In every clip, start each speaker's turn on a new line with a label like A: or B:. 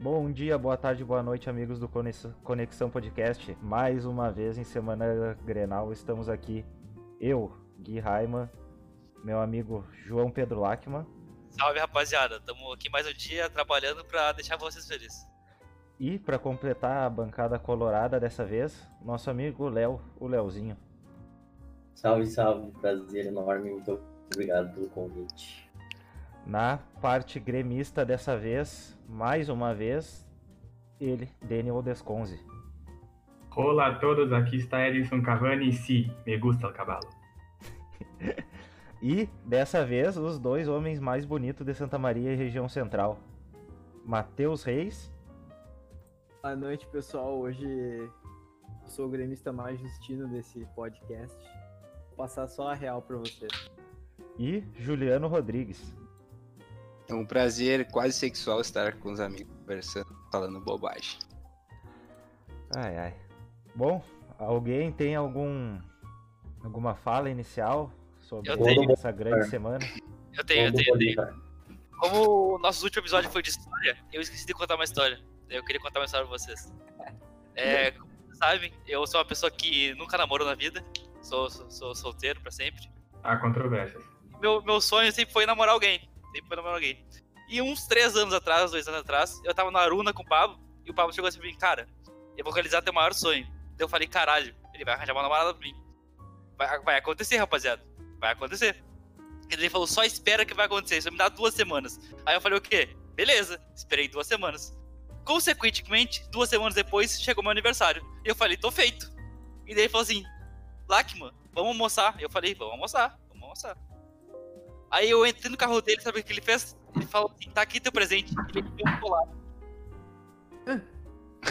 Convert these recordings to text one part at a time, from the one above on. A: Bom dia, boa tarde, boa noite, amigos do Conex- Conexão Podcast. Mais uma vez em Semana Grenal, estamos aqui. Eu, Gui Raiman, meu amigo João Pedro Lachman
B: Salve, rapaziada. Tamo aqui mais um dia trabalhando pra deixar vocês felizes.
A: e, para completar a bancada colorada dessa vez, nosso amigo Léo, o Léozinho.
C: Salve, salve, prazer enorme, muito obrigado pelo convite.
A: Na parte gremista dessa vez, mais uma vez, ele, Daniel Desconze.
D: Olá a todos, aqui está Edson Cavani e sim, me gusta o cavalo.
A: E, dessa vez, os dois homens mais bonitos de Santa Maria e região central. Matheus Reis
E: Boa noite, pessoal. Hoje eu sou o gremista mais justino desse podcast. Vou passar só a real pra vocês.
A: e Juliano Rodrigues.
F: É um prazer quase sexual estar com os amigos conversando, falando bobagem.
A: Ai, ai. Bom, alguém tem algum alguma fala inicial sobre
B: Eu
C: tenho.
A: essa grande semana?
B: Eu tenho, eu
C: Vamos
B: tenho, eu tenho.
C: poder,
B: Como o nosso último episódio foi de história, eu esqueci de contar uma história. Eu queria contar uma história pra vocês. É, como vocês sabem, eu sou uma pessoa que nunca namorou na vida. Sou, sou, sou solteiro pra sempre.
D: Há controvérsias.
B: Meu, meu sonho sempre foi namorar alguém. Sempre foi namorar alguém. E uns três anos atrás, dois anos atrás, eu tava na Aruna com o Pablo. E o Pablo chegou assim pra mim, cara, eu vou realizar teu maior sonho. Daí eu falei, caralho, ele vai arranjar uma namorada pra mim. Vai, vai acontecer, rapaziada. Vai acontecer. Ele falou, só espera que vai acontecer, isso vai me dar duas semanas. Aí eu falei, o quê? Beleza, esperei duas semanas. Consequentemente, duas semanas depois, chegou meu aniversário. E eu falei, tô feito. E daí ele falou assim, Lachman, vamos almoçar. Eu falei, vamos almoçar, vamos almoçar. Aí eu entrei no carro dele, sabe o que ele fez? Ele falou assim, tá aqui teu presente. Ele me deu um colar.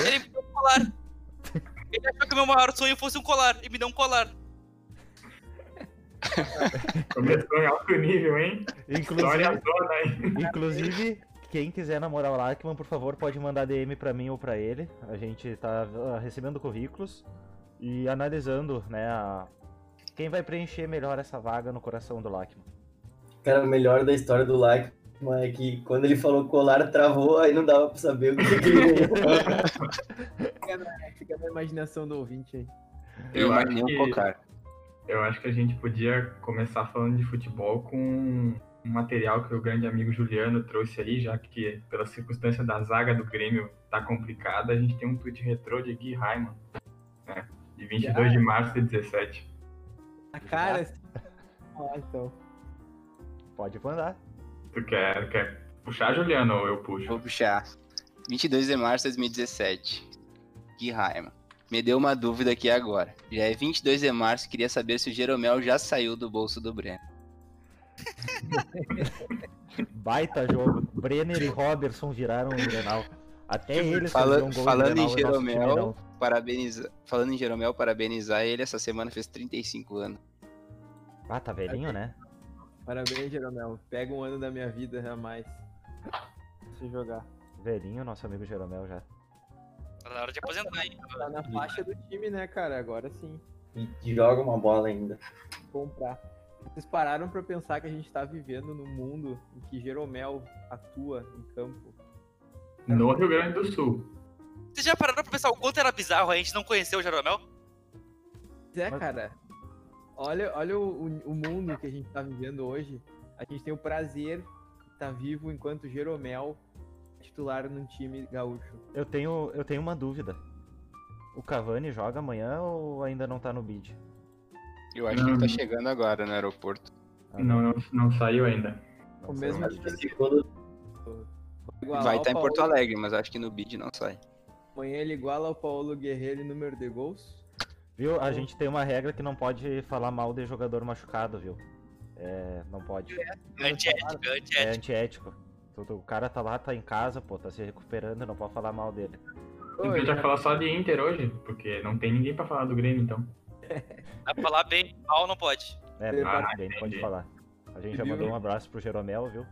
B: Ele me deu um colar. Ele achou que o meu maior sonho fosse um colar e me deu um colar.
D: Começou em alto nível, hein?
A: Inclusive,
D: História toda, hein?
A: inclusive, quem quiser namorar o Lachman, por favor, pode mandar DM pra mim ou pra ele. A gente tá ah, recebendo currículos e analisando, né, a- quem vai preencher melhor essa vaga no coração do Lachman.
C: Cara, é o melhor da história do like é que quando ele falou colar, travou, aí não dava pra saber o que que ele
E: Fica na, É, fica na imaginação do ouvinte aí.
D: Eu
F: Eu
D: acho
F: imaginei
D: que-
F: um cocar.
D: Eu acho que a gente podia começar falando de futebol com um material que o grande amigo Juliano trouxe ali, já que pela circunstância da zaga do Grêmio tá complicada, a gente tem um tweet retrô de Gui Raiman, né? De 22 de março de 17.
E: A cara assim. Ó, então.
A: Pode mandar.
D: Tu quer, quer puxar, Juliano, ou eu puxo?
F: Vou puxar. 22 de março de 2017. Que raiva. Me deu uma dúvida aqui agora. Já é 22 de março, queria saber se o Jeromel já saiu do bolso do Breno.
A: Baita jogo. Brenner e Robertson viraram o Grenal. Até eles
F: Tipo, Fala-
A: faziam gol
F: falando em
A: Grenal e nosso time
F: Jeromel,
A: não.
F: Parabeniza... Falando em Jeromel, parabenizar ele, essa semana fez 35 anos.
A: Ah, tá velhinho, né?
E: Parabéns, Jeromel. Pega um ano da minha vida a mais. Deixa eu jogar.
A: Velhinho, nosso amigo Jeromel já.
B: Tá na hora de aposentar, hein?
E: Tá na faixa do time, né, cara? Agora sim.
C: E joga uma bola ainda.
E: Comprar. Vocês pararam pra pensar que a gente tá vivendo num mundo em que Jeromel atua em campo?
D: No Rio Grande do Sul.
B: Vocês já pararam pra pensar o quanto era bizarro a gente não conhecer o Jeromel?
E: Pois É,
A: Mas-
E: cara. Olha, olha o, o- o mundo que a gente tá vivendo hoje. A gente tem o prazer de estar vivo enquanto Jeromel é titular num time gaúcho.
A: Eu tenho, eu tenho uma dúvida. O Cavani joga amanhã ou ainda não tá no bid?
F: Eu acho
A: Uhum.
F: que ele tá chegando agora no aeroporto.
A: Ah,
D: Não, não, não saiu ainda.
A: não
E: o
A: sei.
E: mesmo
C: Acho que esse gol
E: igualar
F: Vai
E: o
F: estar em
E: Paulo-
F: Porto Alegre, mas acho que no bid não sai.
E: Amanhã ele iguala o Paulo Guerreiro em número de gols.
A: Viu? A gente tem uma regra que não pode falar mal de jogador machucado, viu? É, não pode.
B: Antiético,
A: É
B: antiético.
A: antiético. Tudo- O cara tá lá, tá em casa, pô, tá se recuperando, não pode falar mal dele.
D: Eu podia
E: né?
D: falar só de Inter hoje, porque não tem ninguém pra falar do Grêmio, então.
B: Dá pra falar bem, mal não pode.
A: É,
E: Ah,
A: bem, bem, pode
D: entendi.
A: falar. A gente já
D: Viu?
A: mandou um abraço pro Jeromel, viu?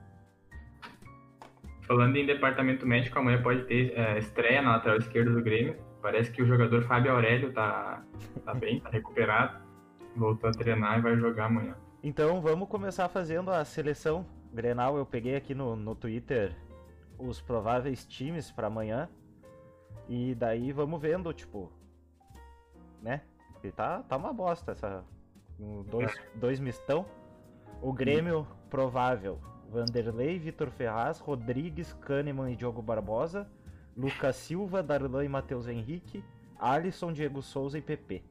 D: Falando em departamento médico, amanhã pode ter é, estreia na lateral esquerda do Grêmio. Parece que o jogador Fábio Aurélio tá, tá bem, tá recuperado. Voltou a treinar e vai jogar amanhã.
A: Então vamos começar fazendo a seleção Grenal. Eu peguei aqui no, no Twitter os prováveis times pra amanhã. E daí vamos vendo, tipo. Né? E tá, tá uma bosta essa. um, Dois, dois mistão. O Grêmio, provável. Vanderlei, Vitor Ferraz, Rodrigues, Kahneman e Diogo Barbosa. Lucas Silva, Darlan e Matheus Henrique. Alisson, Diego Souza e PP.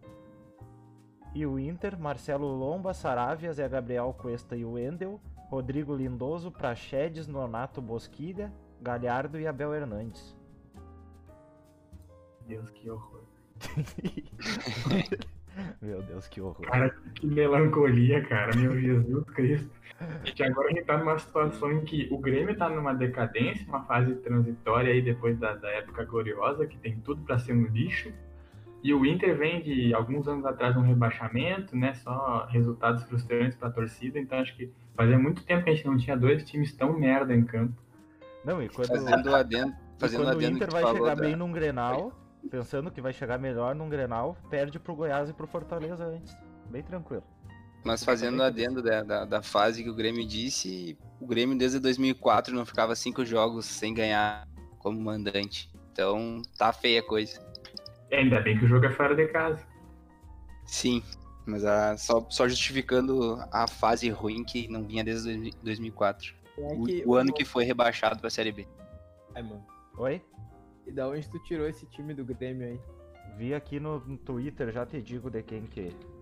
A: E o Inter, Marcelo Lomba, Saravia, Zé Gabriel Cuesta e Wendel, Rodrigo Lindoso, Praxedes, Nonato Bosquilha, Galhardo e Abel Hernandes.
D: Deus, que horror.
A: Meu Deus, que horror.
D: Cara, que melancolia, cara. Meu Jesus Cristo. Que agora a gente tá numa situação em que o Grêmio tá numa decadência, uma fase transitória aí depois da, da época gloriosa, que tem tudo pra ser um lixo. E o Inter vem de alguns anos atrás um rebaixamento, né? Só resultados frustrantes pra torcida. Então acho que fazia muito tempo que a gente não tinha dois times tão merda em campo.
A: Não, e quando,
F: Fazendo adendo,
A: e
F: fazendo
A: quando o
F: adendo
A: Inter
F: que
A: vai
F: falou
A: chegar
F: da-
A: bem num Grenal, pensando que vai chegar melhor num Grenal, perde pro Goiás e pro Fortaleza antes. Bem tranquilo.
F: Mas fazendo adendo da, da, da fase que o Grêmio disse, o Grêmio desde 2004 não ficava cinco jogos sem ganhar como mandante. Então tá feia a coisa.
D: É, Ainda bem que o jogo é fora de casa.
F: Sim, mas a- só, só justificando a fase ruim que não vinha desde 2000 2004.
E: É
F: O,
E: que-
F: o ano que foi rebaixado pra Série B.
E: Ai, mano.
A: Oi?
E: E da onde tu tirou esse time do Grêmio aí?
A: Vi aqui no, no Twitter, já te digo de quem que. é.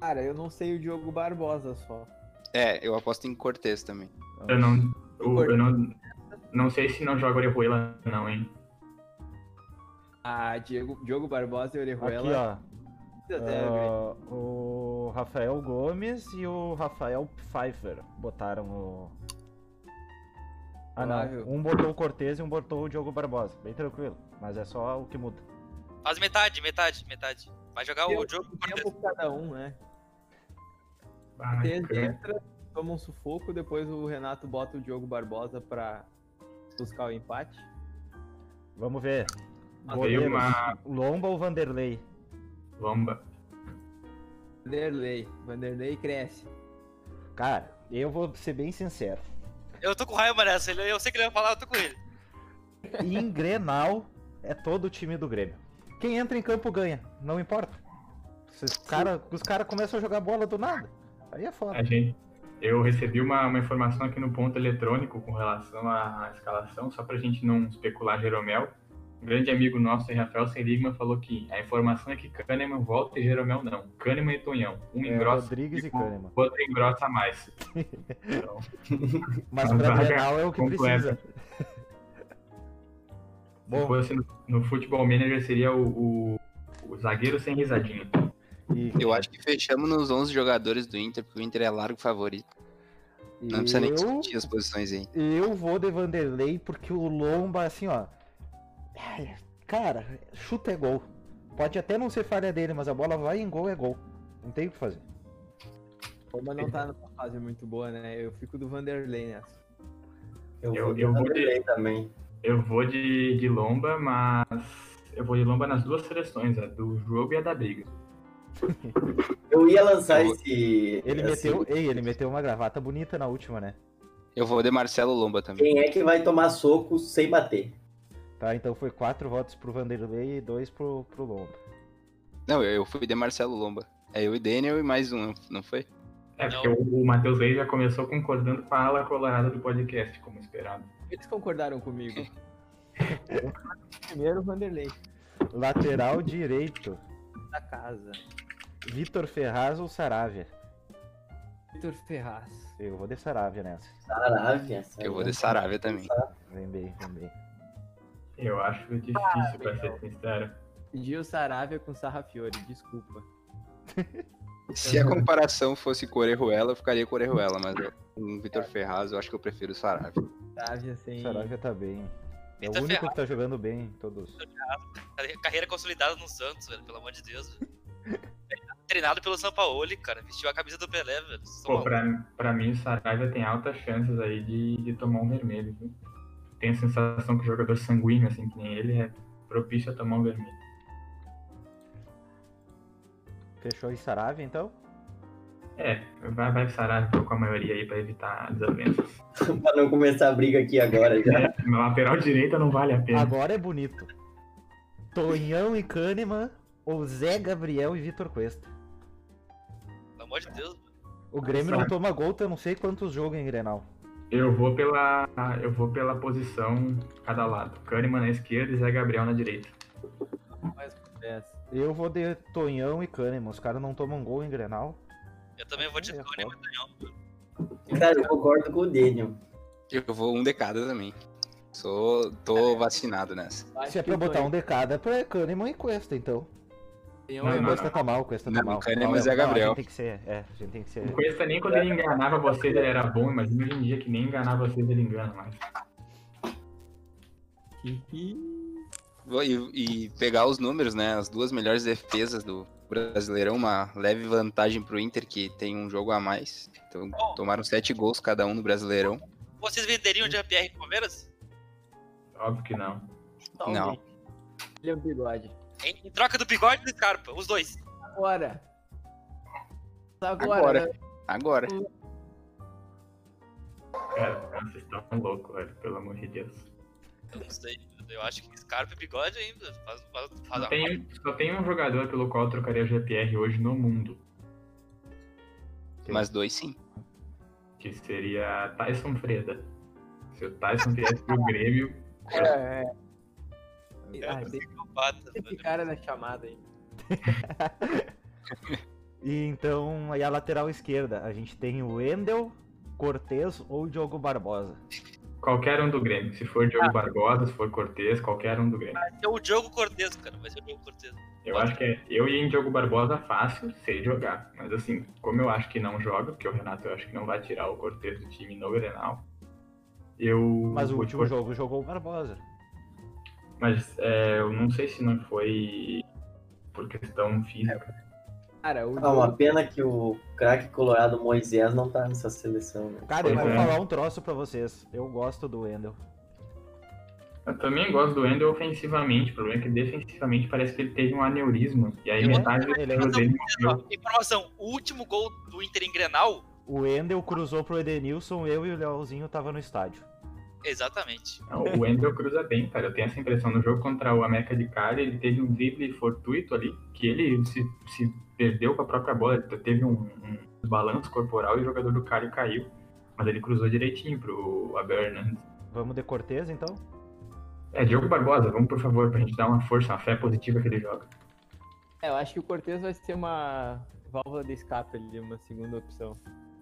E: Cara, eu não sei o Diogo Barbosa só.
F: É, eu aposto em Cortez também.
D: Eu não. o- eu não. Não sei se não joga Orejuela, não, hein?
E: Ah, Diego, Diogo Barbosa e
A: Aqui,
E: Orejuela.
A: ó.
D: É,
A: Ah, o Rafael Gomes e o Rafael Pfeiffer botaram o. Ah,
E: Provável.
A: não. Um botou o Cortez e um botou o Diogo Barbosa. Bem tranquilo. Mas é só o que muda.
B: Faz metade, metade, metade. Vai jogar o
E: Eu-
B: jogo.
E: tempo cada um, né?
D: Ah,
E: Cortez
D: cara.
E: entra, toma um sufoco, depois o Renato bota o Diogo Barbosa pra buscar o empate.
A: Vamos ver.
E: Mas
D: Veio
A: Goleiros.
D: uma
A: Lomba ou Vanderlei?
D: lomba.
E: Vanderlei. Vanderlei cresce.
A: Cara, eu vou ser bem sincero.
B: Eu tô com raiva nessa, ele- eu sei que ele vai falar, eu tô com
A: É
B: ele.
A: em Grenal é todo o time do Grêmio. Quem entra em campo ganha, não importa. Se os cara, os caras começam a jogar bola do nada. Aí é foda.
D: A gente, eu recebi uma, uma informação aqui no ponto eletrônico com relação à, à escalação, só pra gente não especular Jeromel. Um grande amigo nosso, aí, Rafael Serigma, falou que a informação é que Kahneman volta e Jeromel não. Kahneman e Tonhão. Um
A: É,
D: engrossa,
A: Rodrigues e
D: com-
A: Kahneman.
D: o outro engrossa mais. Então,
A: Mas
D: a
A: pra
D: zaga
A: Grenal é o que
D: completa.
A: precisa.
D: se
A: Bom,
D: fosse no, no Futebol Manager, seria o, o- o zagueiro sem risadinha.
A: e,
F: Eu acho que fechamos nos 11 jogadores do Inter, porque o Inter é largo favorito. Não precisa nem
A: eu,
F: discutir as posições aí.
A: eu vou de Vanderlei porque o Lomba, assim, ó. ai, Cara, chuta é gol. Pode até não ser falha dele, mas a bola vai em gol é gol. Não tem o que fazer.
E: Como não tá numa fase muito boa, né? Eu fico do Vanderlei nessa.
C: Eu,
D: Eu-
C: vou de
D: eu vou de-
C: Vanderlei também.
D: Eu vou de, de lomba, mas eu vou de lomba nas duas seleções, a do jogo e a da briga.
C: Eu ia lançar
F: Eu vou-
C: esse.
A: Ele
C: assim,
A: meteu. Ei, ele meteu uma gravata bonita na última, né?
F: Eu vou de Marcelo Lomba também.
C: Quem é que vai tomar soco sem bater?
A: Tá, então foi quatro votos pro Vanderlei e dois pro, pro Lomba.
F: Não, eu, eu fui de Marcelo Lomba. É eu e Daniel e mais um, não foi?
D: É, porque o, o Matheus Reis já começou concordando com a ala colorada do podcast, como esperado.
E: Eles concordaram comigo. Primeiro o Vanderlei
A: Lateral direito,
E: da casa.
A: Vitor Ferraz ou Saravia?
E: Vitor Ferraz.
A: Eu vou de Saravia nessa.
C: Saravia.
F: Eu vou de Saravia também.
A: Vem bem, vem bem.
D: Eu acho difícil, pra ser sincero.
E: Gil Saravia com Sarra Fiore, desculpa.
F: Se a comparação fosse com o Orejuela, eu ficaria com o Orejuela, mas eu- com o Vitor Ferraz eu acho que eu prefiro o Saravia.
E: Saravia sem.
A: Saravia tá bem. É o
B: Vitor
A: único que tá jogando bem em todos.
B: Cara, Carreira consolidada no Santos, velho, pelo amor de Deus. Velho. Treinado pelo Sampaoli, cara, vestiu a camisa do Pelé, velho. São
D: Pô,
B: Paulo.
D: pra, pra mim o Saraiva tem altas chances aí de, de tomar um vermelho, viu? Tenho a sensação que o jogador sanguíneo, assim, que nem ele, é propício a tomar um vermelho.
A: Fechou em Saravia então?
D: É, vai, vai sarar um pouco a maioria aí pra evitar desavenças.
C: pra não começar a briga aqui agora já.
D: É, na lateral direita não vale a pena.
A: Agora é bonito. Tonhão e Kahneman ou Zé Gabriel e Vitor Cuesta.
B: Pelo amor de Deus.
A: O Grêmio não toma gol, então eu não sei quantos jogos em Grenal.
D: Eu vou pela. Eu vou pela posição cada lado. Kahneman na esquerda e Zé Gabriel na direita.
E: Mais dessa.
A: Eu vou de Tonhão e Kahneman. Os caras não tomam gol em Grenal.
B: Eu também vou um de
A: Olha,
B: Tony, mas não.
C: Cara, eu concordo com o Daniel.
F: Eu vou um de cada também. Sou, tô vacinado nessa.
E: Acho
A: Se é
E: que
A: pra
E: o
A: botar
E: Tonhão-
A: um de cada, tu é Kahneman e Cuesta, então.
E: Tonhão
A: Não,
D: Não,
E: é
A: o
D: não,
E: mais-
A: Cuesta tá mal, o Cuesta tá
F: Não,
A: mal.
F: Kahneman
A: Não,
F: e Zé
A: não, A
F: Gabriel.
A: gente tem que ser, é, a gente tem que ser...
D: O Cuesta nem quando ele enganava vocês ele era bom, imagina hoje em dia que nem enganar vocês ele engana mais.
F: Vou- E, e pegar os números, né? As duas melhores defesas do Brasileirão, uma leve vantagem pro Inter, que tem um jogo a mais. Então tomaram sete gols cada um no Brasileirão.
B: Vocês venderiam de Pierre pro Palmeiras?
D: Óbvio que não.
F: Não.
E: Ele é um bigode.
B: Em, em troca do bigode e do Scarpa, os dois.
E: Agora. Agora.
F: Agora.
E: né?
F: Agora.
D: Cara, vocês estão loucos, velho, pelo amor de Deus.
B: Eu não sei. Eu acho que Scarpa e bigode ainda. Faz, faz, faz
D: Só tem, só tem um jogador pelo qual eu trocaria o GPR hoje no mundo,
F: Mas dois sim.
D: que seria Tyson Freda. Se o Tyson viesse pro Grêmio,
E: É, é.
A: É,
E: Ah,
B: Eu
E: tem
B: fico pata,
E: esse
B: mano.
E: cara na chamada aí.
A: E então, aí a lateral esquerda, a gente tem o Wendel, Cortez ou Diogo Barbosa.
D: qualquer um do Grêmio. Se for Diogo Barbosa, se for Cortez, qualquer um do Grêmio.
B: Vai ser o Diogo Cortez, cara. Vai ser o Diogo Cortez.
D: Eu acho que é, eu ia em Diogo Barbosa fácil, sei jogar. Mas assim, como eu acho que não joga, porque o Renato eu acho que não vai tirar o Cortez do time no Grenal, eu.
A: Mas o
D: vou
A: último
D: de Cor-
A: jogo jogou o Barbosa.
D: Mas é, eu não sei se não foi por questão
A: É.
D: física.
E: Cara, o
C: Ah, uma pena que o craque colorado Moisés não tá nessa seleção. Né?
A: Cara, eu
D: Pois
A: vou
D: é.
A: falar um troço pra vocês. Eu gosto do Wendel.
D: Eu também gosto do Ender ofensivamente, o problema é que defensivamente parece que ele teve um aneurisma. E aí
A: Ele é-
D: metade do
A: ele é-
D: jogo dele morreu.
B: Ó, Informação: o último gol do Inter em Grenal.
A: O Wendel cruzou pro Edenilson, eu e o Leozinho tava no estádio.
B: Exatamente.
D: Não, o Wendel cruza bem, cara. Eu tenho essa impressão. No jogo contra o América de Cali, ele teve um drible fortuito ali, que ele se, se perdeu com a própria bola. Ele teve um, um balanço corporal e o jogador do Cali caiu. Mas ele cruzou direitinho pro Abel Hernandes.
A: Vamos de Cortez, então?
D: É, Diogo Barbosa, vamos por favor, pra gente dar uma força, uma fé positiva que ele joga.
E: É, eu acho que o Cortez vai ser uma válvula de escape ali, uma segunda opção.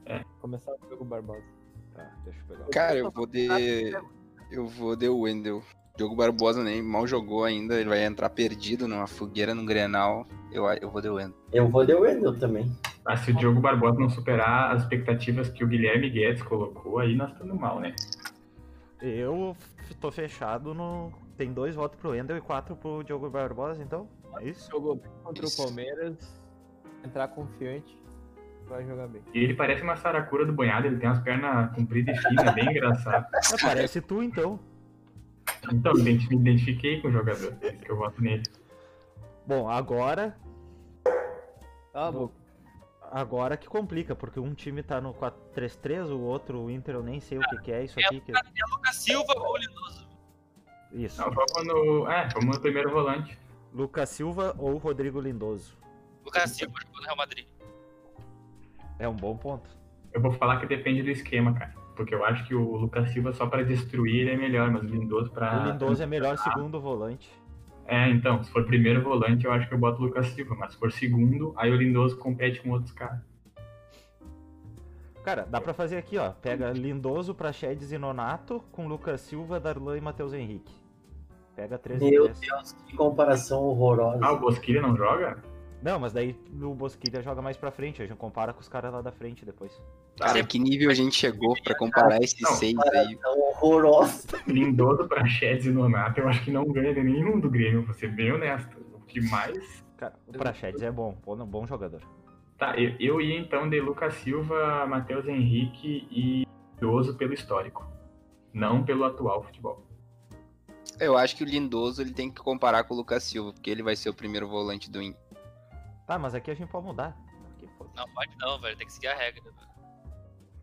D: É.
E: Começar o jogo Barbosa.
A: Tá, deixa eu pegar.
F: Cara, eu vou de. Eu vou de Wendel. Diogo Barbosa nem mal jogou ainda. Ele vai entrar perdido numa fogueira num Grenal. Eu, a- eu vou de Wendel.
C: Eu vou de Wendel também.
D: Ah, se o Diogo Barbosa não superar as expectativas que o Guilherme Guedes colocou, aí nós estamos mal, né?
A: Eu f- tô fechado no. Tem dois votos pro Wendel e quatro pro Diogo Barbosa, então? É isso?
E: Jogou bem contra o
F: Isso.
E: Palmeiras, entrar confiante, vai jogar bem.
D: E ele parece uma saracura do banhado, ele tem as pernas compridas e finas, bem engraçado.
A: Ah, parece tu, então.
D: Então, eu identi- me identifiquei com o jogador, por isso que eu voto nele.
A: Bom, agora.
E: Cala a
A: Não.
E: boca.
A: Agora que complica, porque um time tá no 4-3-3, o outro, o Inter, eu nem sei o que, que é isso aqui. Que...
B: Lucas Silva ou Lindoso?
A: Isso.
D: Não, vamos no. É, vamos no primeiro volante.
A: Lucas Silva ou Rodrigo Lindoso?
B: Lucas Silva jogou no Real Madrid.
A: É um bom ponto.
D: Eu vou falar que depende do esquema, cara. Porque eu acho que o Lucas Silva só pra destruir ele é melhor, mas o Lindoso pra.
A: o Lindoso é melhor segundo volante.
D: É, então, se for primeiro volante, eu acho que eu boto o Lucas Silva, mas se for segundo, aí o Lindoso compete com outros caras.
A: Cara, dá pra fazer aqui, ó. Pega Lindoso, Praxedes e Nonato com Lucas Silva, Darlan e Matheus Henrique. Pega 3 e
C: Meu
A: 3.
C: Deus, que comparação horrorosa.
D: Ah, o Bosquilha não joga?
A: Não, mas daí o Bosquilha joga mais pra frente, a gente compara com os caras lá da frente depois.
F: Cara, que nível a gente chegou pra comparar esses
D: Não,
F: seis aí?
C: Comparação horrorosa.
D: Lindoso pra Sheds e Nonato, eu acho que não ganha de nenhum do Grêmio, vou ser bem honesto. O que mais.
A: Cara, o Praxedes é bom, bom, bom jogador.
D: Tá, eu, eu ia então de Lucas Silva, Matheus Henrique e Lindoso pelo histórico. Não pelo atual futebol.
F: Eu acho que o Lindoso ele tem que comparar com o Lucas Silva, porque ele vai ser o primeiro volante do Inter.
A: Tá, mas aqui a gente pode mudar. Aqui, foda.
B: Não pode não, velho. Tem que seguir a regra. né?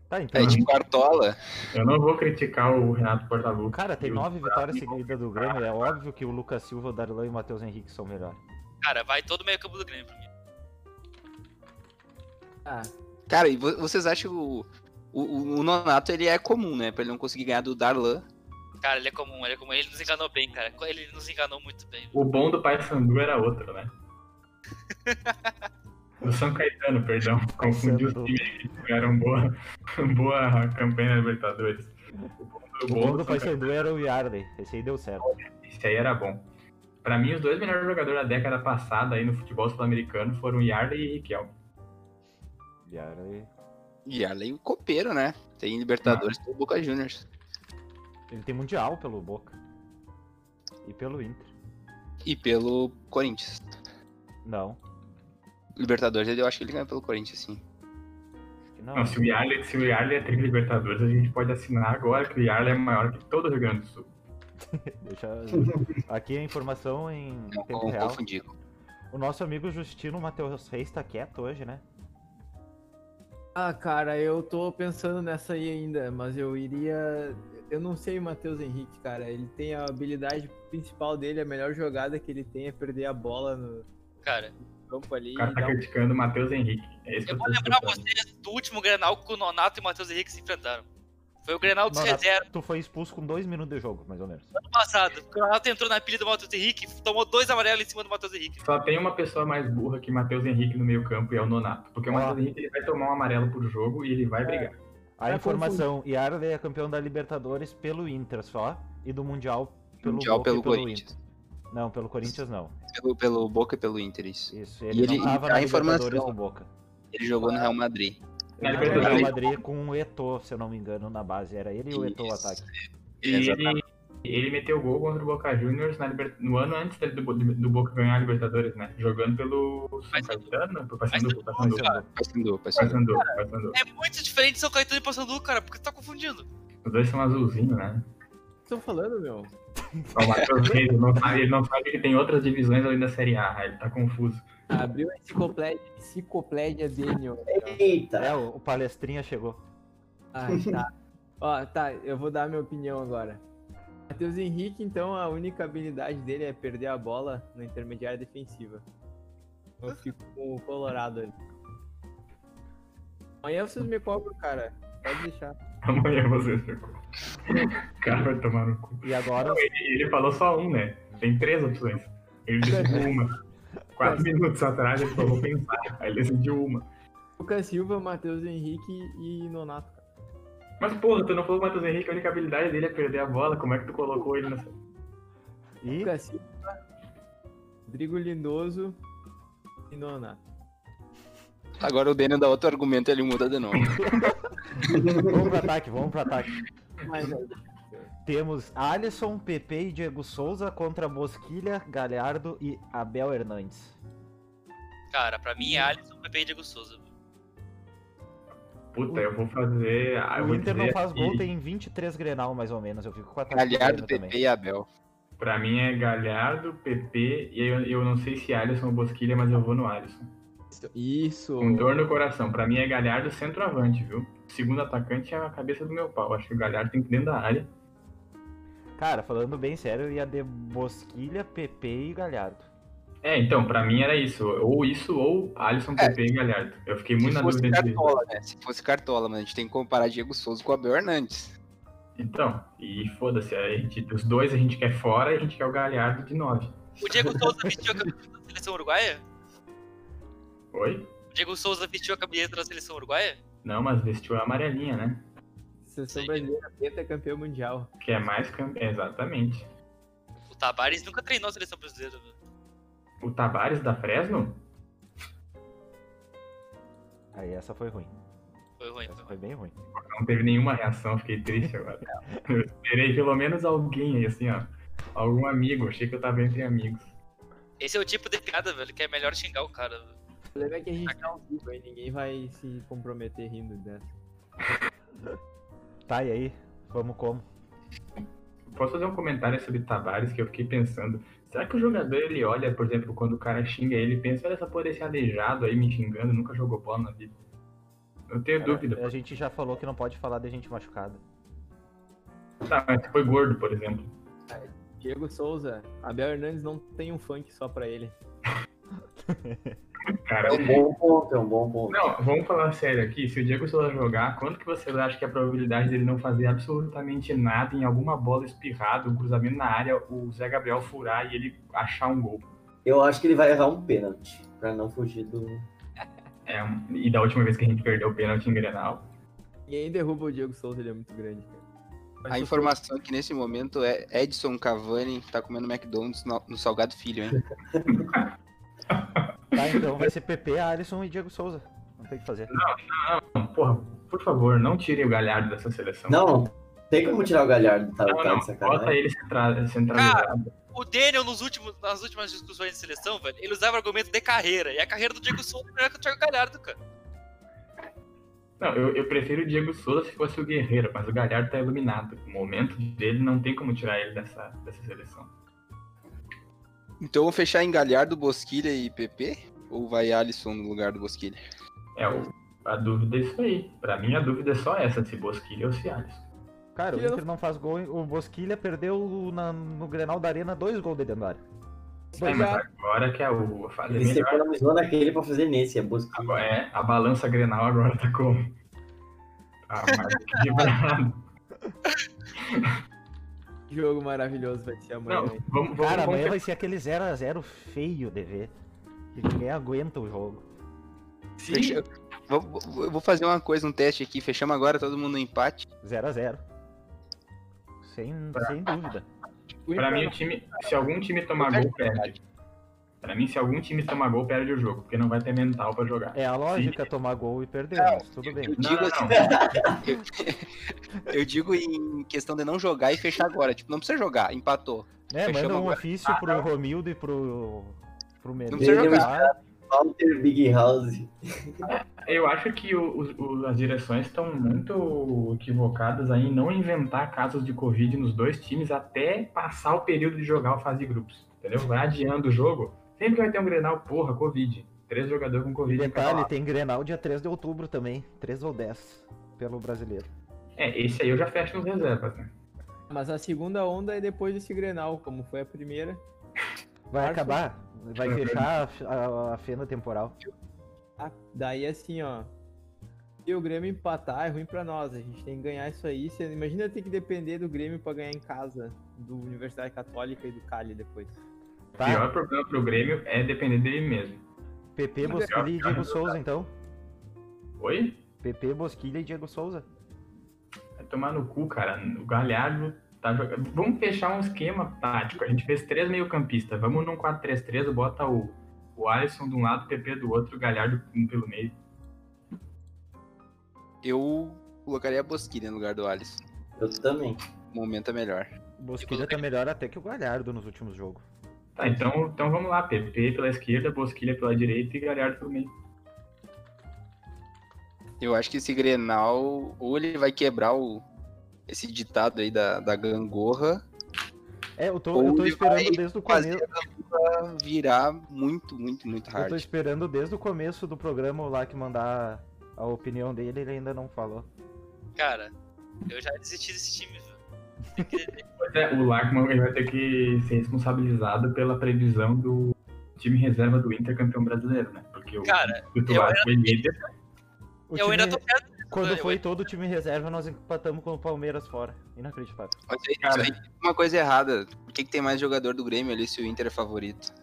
A: Tá, então.
F: É de quartola.
D: Eu não vou criticar o Renato Portaluppi.
A: Cara, tem
D: Eu-
A: nove vitórias seguidas do Grêmio. É óbvio que o Lucas Silva, o Darlan e o Matheus Henrique são melhores.
B: Cara, vai todo o meio campo do Grêmio pra mim.
E: Ah,
F: Cara, e vo- vocês acham que o, o, o Nonato ele é comum, né? Pra ele não conseguir ganhar do Darlan.
B: Cara, ele é comum, ele é comum. Ele nos enganou bem, cara. Ele nos enganou muito bem.
D: O bom do Paysandu era outro, né? Do São Caetano, perdão. Confundi os
A: Paysandu.
D: times que tiveram boa, boa campanha na Libertadores. O bom do,
A: O
D: bom
A: bom do
D: do São
A: Paysandu era o Yarley. Esse aí deu certo.
D: Esse aí era bom. Pra mim, os dois melhores jogadores da década passada aí no futebol sul-americano foram Yarley e Riquelme.
A: Yarley.
F: E além o copeiro, né? Tem Libertadores tem Boca Juniors.
A: Ele tem mundial pelo Boca. E pelo Inter.
F: E pelo Corinthians.
A: Não.
F: Libertadores ele- eu acho que ele ganha pelo Corinthians, sim.
A: acho que Não.
D: Não, se o Yarley, se o Yarley é tri Libertadores, a gente pode assinar agora que o Yarley é maior que todo o Rio Grande do Sul.
A: Deixa... Aqui a informação em
F: Não,
A: tempo
F: con-
A: É, real.
F: confundi.
A: O nosso amigo Justino Matheus Reis tá quieto hoje, né?
E: Ah, cara, eu tô pensando nessa aí ainda, mas eu iria. Eu não sei o Matheus Henrique, cara. Ele tem a habilidade principal dele, a melhor jogada que ele tem é perder a bola no
B: Cara,
E: campo ali.
D: O
E: e
D: cara tá
E: dar um-
D: criticando o Matheus Henrique. É isso que
B: eu
D: eu
B: vou
D: tô
B: lembrar
D: escutando.
B: vocês do último Grenal que o Nonato e o Matheus Henrique se enfrentaram. Foi o Grenal dos
A: Nonato.
B: reservas
A: Tu foi expulso com dois minutos de jogo, mais ou menos.
B: ano passado. O Nonato entrou na pilha do Matheus Henrique, tomou dois amarelos em cima do Matheus Henrique.
D: Só tem uma pessoa mais burra que Matheus Henrique no meio campo e é o Nonato. Porque o
A: Ó.
D: Matheus Henrique ele vai tomar um amarelo por jogo e ele vai brigar.
A: A
E: Tá
A: informação, Yarley é campeão da Libertadores pelo Inter só. E do Mundial pelo
F: Mundial
A: Boca e
F: pelo
A: pelo
F: Corinthians.
A: Inter. Não, pelo Corinthians não.
F: Pelo, pelo Boca e pelo Inter, isso.
A: Isso, ele,
F: ele-
A: não tava
F: a
A: na
F: informação-
A: Libertadores do Boca.
F: Ele jogou no Real Madrid.
D: Na
A: Ele jogou no Real
D: Libertadores.
A: Madrid com o Eto'o, se eu não me engano, na base. Era ele e o Eto'o o
F: Isso.
A: ataque.
D: E ele,
F: Exatamente.
D: ele meteu gol contra o Boca Juniors na liber- no ano antes dele do, Bo- do Boca ganhar a Libertadores, né? Jogando pelo São
B: Paysandu.
D: Caetano, pro
B: Paysandu,
D: Paysandu, Paysandu,
F: Paysandu, Paysandu.
D: Paysandu, Paysandu.
B: É muito diferente de São Caetano e Passandu, cara, porque tu tá confundindo.
D: Os dois são azulzinhos, né?
E: O que eu tô falando, meu?
D: Só O Matheus Reis ele não, sabe, ele não sabe que tem outras divisões além da Série A, ele tá confuso.
E: Abriu a enciclopédia, enciclopédia Daniel.
C: Eita!
A: É, o o palestrinha chegou.
E: Ah, tá. Ó, tá, eu vou dar a minha opinião agora. Matheus Henrique, então, a única habilidade dele é perder a bola na intermediária defensiva. Eu fico com o Colorado ali. Amanhã vocês me cobram, cara. Pode deixar.
D: Amanhã vocês ficam. O cara vai tomar no cu.
A: E agora,
D: E ele falou só um, né? Tem três opções. Ele decidiu uma. Quatro
A: É.
D: minutos atrás ele falou pensar. Aí ele decidiu uma.
E: Lucas Silva, Matheus Henrique e Nonato. cara.
D: Mas porra, tu não falou o Matheus Henrique, a única habilidade dele é perder a bola. Como é que tu colocou ele nessa.
A: e
E: Lucas Silva, Rodrigo Lindoso e Nonato.
F: Agora o Daniel dá outro argumento e ele muda de nome.
A: vamos pro ataque, vamos pro ataque.
E: Mas,
A: Temos Alisson, Pepe e Diego Souza contra Bosquilha, Galhardo e Abel Hernandes.
B: Cara, pra mim é Alisson, Pepe e Diego Souza.
D: Puta, eu vou fazer. ah, eu
A: O
D: vou
A: Inter não
D: dizer
A: faz
D: que
A: gol, tem 23 Grenal, mais ou menos. Eu fico com o ataque
F: Galhardo,
A: do Grêmio
F: PP e Abel.
D: Pra mim é Galhardo, PP e eu, eu não sei se Alisson ou Bosquilha, mas eu vou no Alisson.
E: Isso.
D: Com dor no coração. Pra mim é Galhardo centroavante, viu? Segundo atacante é a cabeça do meu pau. Acho que o Galhardo tem que ir dentro da área.
A: Cara, falando bem sério, eu ia de Bosquilha, Pepe e Galhardo.
D: É, então, pra mim era isso. Ou isso, ou Alisson, PP e Galhardo. Eu fiquei muito
F: É, Se
D: na
F: fosse
D: dúvida entre eles.
F: Cartola, né? Se fosse Cartola, mas a gente tem que comparar Diego Souza com Abel Hernandes.
D: Então, e foda-se, a gente- os dois a gente quer fora e a gente quer o Galhardo de 9.
B: O Diego Souza vestiu a camiseta da seleção uruguaia?
D: Oi?
B: O Diego Souza vestiu a camiseta da seleção uruguaia?
D: Não, mas vestiu a amarelinha, né?
E: Seleção brasileira, preta campeão mundial.
D: Que é mais campe... Exatamente.
B: O Tabares nunca treinou a seleção brasileira, velho.
D: O Tabares da Fresno?
A: Aí essa foi ruim.
B: Foi ruim,
A: Essa
B: então.
A: foi bem ruim.
D: Não teve nenhuma reação, fiquei triste agora. Eu esperei pelo menos alguém aí, assim, ó. Algum amigo, achei que eu tava entre amigos.
B: Esse é o tipo de piada, velho, que é melhor xingar o cara. velho.
E: O problema é que a gente tá ao vivo aí, ninguém vai se comprometer rindo dessa.
A: Tá, e aí? Vamos como?
D: posso fazer um comentário sobre Tabares que eu fiquei pensando. Será que o jogador ele olha, por exemplo, quando o cara xinga ele e pensa, olha essa porra desse aleijado aí me xingando, nunca jogou bola na vida? Eu tenho
A: Cara,
D: dúvida.
A: A gente já falou que não pode falar de gente machucada.
D: Tá, mas foi gordo, por exemplo.
E: Diego Souza, Abel Hernandes não tem um funk só pra ele.
D: Cara,
C: É um bom ponto, é um bom ponto.
D: Não, vamos falar sério aqui. Se o Diego Souza jogar, quanto que vocês acham que é a probabilidade dele não fazer absolutamente nada em alguma bola espirrada, um cruzamento na área, o Zé Gabriel furar e ele achar um gol?
C: Eu acho que ele vai errar um pênalti, pra não fugir do...
D: É, um- e da última vez que a gente perdeu o pênalti em Grenal.
E: Ninguém derruba o Diego Souza, ele é muito grande, cara.
F: A informação é que nesse momento é Edson Cavani tá comendo McDonald's no, no Salgado Filho, hein?
A: Tá, então vai ser PP, Alisson e Diego Souza. Não tem o que fazer.
D: Não, porra, por favor, não tirem o Galhardo dessa seleção.
C: Não, não tem como tirar o Galhardo, tá,
D: não,
C: tá
D: não.
C: de
D: Bota
C: sacanagem.
D: ele centra- centralizado.
B: O Daniel, nos últimos, nas últimas discussões de seleção, velho, ele usava argumento de carreira. E a carreira do Diego Souza é melhor que o Thiago Galhardo, cara.
D: Não, eu, eu prefiro o Diego Souza se fosse o Guerreiro, mas o Galhardo tá iluminado. O momento dele não tem como tirar ele dessa, dessa seleção.
F: Então vou fechar em Galhardo, Bosquilha e PP? Ou vai Alisson no lugar do Bosquilha?
D: É, o- a dúvida é isso aí. Pra mim, a dúvida é só essa, se Bosquilha ou se Alisson.
A: Cara, o
E: Filho,
A: Inter não faz gol. hein? O Bosquilha perdeu na- no Grenal da Arena dois gols de dentro da área.
D: É, mas agora que a, o- a fase é
C: Ele se
D: melhor.
C: economizou naquele pra fazer nesse, é busca.
D: Agora, é, a balança Grenal agora tá como? Tá mais equilibrado.
E: Que jogo maravilhoso vai ser amanhã.
D: Não,
E: hein?
D: vamos, vamos, é
A: Cara, amanhã
D: vamos,
A: vai ser aquele 0x0 feio de ver. Que ninguém aguenta o jogo.
F: Fecha- Vou, vou- eu vou fazer uma coisa, um teste aqui. Fechamos agora todo mundo no empate.
A: 0x0. Sem, sem dúvida.
E: O
D: Pra
E: Inter-
D: mim, o time, se algum time tomar gol, perde. Pra mim, se algum time tomar gol, perde o jogo, porque não vai ter mental pra jogar.
A: É a lógica tomar gol e perder,
F: Não,
A: mas tudo bem.
F: Eu
D: Não,
F: digo
D: não,
F: assim. Eu, eu digo em questão de não jogar e fechar agora. Tipo, não precisa jogar, empatou.
A: É,
F: fechamos
A: manda um
F: agora.
A: ofício pro Romildo e pro. pro
F: precisa
A: Medeiros
C: jogar.
A: lá.
C: Walter Big House.
D: Eu acho que o- os- o- as direções estão muito equivocadas aí em não inventar casos de Covid nos dois times até passar o período de jogar a fase de grupos. Entendeu? Vai adiando o jogo. Sempre que vai ter um Grenal, porra, Covid. Três jogadores com Covid. Então, em cada
A: Detalhe,
D: lado.
A: tem Grenal dia 3 de outubro também. 3 ou 10 pelo brasileiro.
D: É, esse aí eu já fecho nos reservas, né?
E: Mas a segunda onda é depois desse Grenal, como foi a primeira.
A: Vai
E: Arthur.
A: acabar? Vai
D: Uhum.
A: fechar a, a- a fenda temporal.
E: Ah, Daí assim, ó. Se o Grêmio empatar, é ruim pra nós. A gente tem que ganhar isso aí. Você imagina ter que depender do Grêmio pra ganhar em casa, do Universidade Católica e do Cali depois.
D: O
A: Tá?
D: pior problema pro Grêmio é depender dele mesmo.
A: PP, Bosquilha e Diego Souza, então.
D: Oi?
A: PP, Bosquilha e Diego Souza.
D: Vai tomar no cu, cara. O Galhardo tá jogando. Vamos fechar um esquema tático. A gente fez três meio-campistas. Vamos num 4-3-3, bota o, o Alisson de um lado, o PP do outro, o Galhardo um pelo meio.
F: Eu colocaria a Bosquilha no lugar do Alisson.
C: Eu também.
F: O momento é melhor.
A: Bosquilha tá melhor até que o Galhardo nos últimos jogos.
D: Tá, então, então vamos lá. PP pela esquerda, Bosquilha pela direita e Galhardo pelo meio.
F: Eu acho que esse Grenal, ou ele vai quebrar o, esse ditado aí da, da gangorra,
A: É, eu tô,
F: Ou
A: eu tô
F: ele
A: esperando
F: vai
A: desde o começo.
F: fazer a gangorra virar muito, muito, muito
A: Eu tô
F: hard.
A: esperando desde o começo do programa o Lac mandar a opinião dele, ele ainda não falou.
B: Cara, eu já desisti desse time, velho.
D: Pois é, o Lachmann ele vai ter que ser responsabilizado pela previsão do time reserva do Inter campeão brasileiro, né? Porque o
B: Cara,
D: titular foi líder.
A: O
B: eu
A: time- é
B: ainda tô perto.
A: Quando
B: eu-
A: foi todo o time reserva, nós empatamos com o Palmeiras fora. Inacreditável.
F: Mas aí-
D: Cara.
F: isso aí tem uma coisa errada. Por que, que tem mais jogador do Grêmio ali se o Inter é favorito?